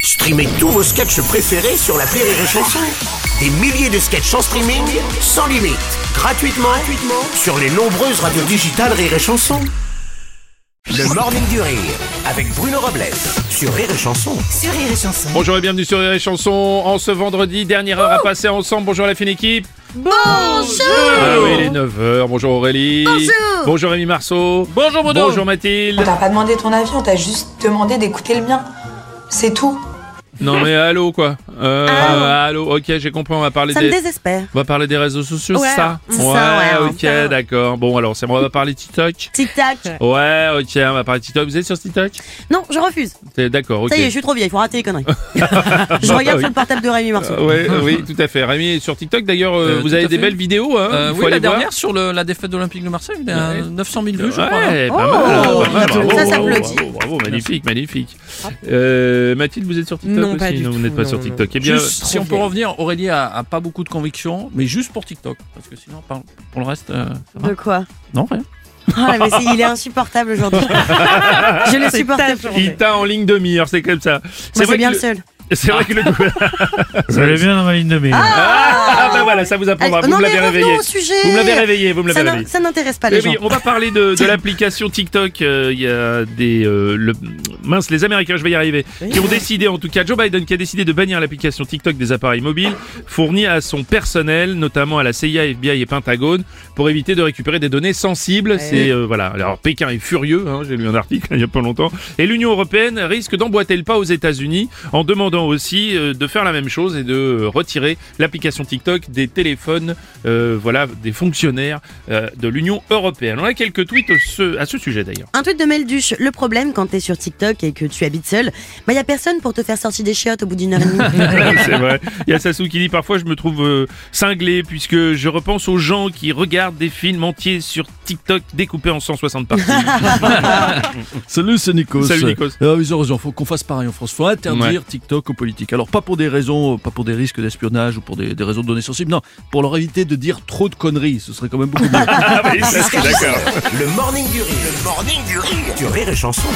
Streamez tous vos sketchs préférés sur la Rire et Chanson. Des milliers de sketchs en streaming, sans limite, gratuitement, gratuitement sur les nombreuses radios digitales Rire et Chanson. Le Morning du Rire avec Bruno Robles sur Rire et Chanson. sur Rire et Chanson. Bonjour et bienvenue sur Rire et Chanson. En ce vendredi, dernière heure à passer ensemble. Bonjour la fine équipe. Bonjour Ah oui, il est 9h. Bonjour Aurélie. Bonjour Bonjour Rémi Marceau. Bonjour Bruno. Bonjour Mathilde. On t'a pas demandé ton avis, on t'a juste demandé d'écouter le mien. C'est tout. Non mais allô quoi. Euh, allô. Ok, j'ai compris. On va parler Ça me des. désespère. On va parler des réseaux sociaux, Ouais, c'est ça c'est ça, ouais, ok, enfin. d'accord. Bon, alors, c'est moi, on va parler TikTok. Tic-tac. Ouais, ok, on va parler TikTok. Vous êtes sur TikTok Non, je refuse. T'es d'accord, ok. Ça y est, je suis trop vieille, faut rater les conneries. je regarde sur le portable de Rémi Marceau. Euh, ouais, oui, tout à fait. Rémi est sur TikTok, d'ailleurs, euh, Euh, vous tout avez à des fait. belles vidéos, hein. Euh, il faut oui, la aller voir. dernière sur le- la défaite d'Olympique de Marseille, il a Ouais. 900 000 vues, je crois. hein. Ouais, pas mal, Oh, pas mal, ça bravo, bravo, s'applaudit. bravo, bravo, magnifique, magnifique. Euh, Mathilde, vous êtes sur TikTok Non, aussi pas du Non, vous tout, n'êtes pas non, sur non. TikTok. Eh bien, Juste, si on peut vieille. revenir, Aurélie a, a pas beaucoup de convictions, mais juste pour TikTok. Parce que sinon, par- pour le reste, euh, ça va. De quoi non, rien. Ah, mais c'est- Il est insupportable aujourd'hui. je le supporte plus. Moi, il t'a en ligne de mire, c'est comme ça. c'est vrai bien que le seul. le- c'est vrai que le Ça allait bien dans ma ligne de mire. Ah, bah voilà, ça vous apprendra. Allez, vous non, me mais l'avez réveillé. revenons au sujet. Vous me l'avez réveillé, vous me Ça l'avez n'in- réveillé. Ça n'intéresse pas les Eh oui, gens. on va parler de, de l'application TikTok. Euh, Il y a des euh, le- mince les Américains, je vais y arriver, qui Eh. ont décidé, en tout cas Joe Biden, qui a décidé de bannir l'application TikTok des appareils mobiles fournie à son personnel, notamment à la CIA, FBI et Pentagone, pour éviter de récupérer des données Eh. sensibles. C'est euh, voilà. Alors Pékin est furieux. hein, J'ai lu un article il y a pas longtemps. Et l'Union européenne risque d'emboîter le pas aux États-Unis en demandant aussi euh, de faire la même chose et de euh, retirer l'application TikTok des téléphones, euh, voilà, des fonctionnaires euh, de l'Union européenne. On a quelques tweets au- ce- à ce sujet d'ailleurs. Un tweet de Melduche. Le problème quand t'es sur TikTok et que tu habites seul, bah y a personne pour te faire sortir des chiottes au bout d'une heure et demie. C'est vrai. Il y a Sassou qui dit parfois je me trouve euh, cinglé puisque je repense aux gens qui regardent des films entiers sur TikTok découpés en 160 parties. Salut, c'est Nikos. Salut, Nikos. Euh, ils ont raison, faut qu'on fasse pareil en France. Faut interdire Ouais. TikTok aux politiques. Alors, pas pour des raisons, pas pour des risques d'espionnage ou pour des, des raisons de données sensibles, non. Pour leur éviter de dire trop de conneries. Ce serait quand même beaucoup mieux. Ah oui, ça, je suis d'accord. Le Morning du Rire, le Morning du Rire sur Rire et Chanson.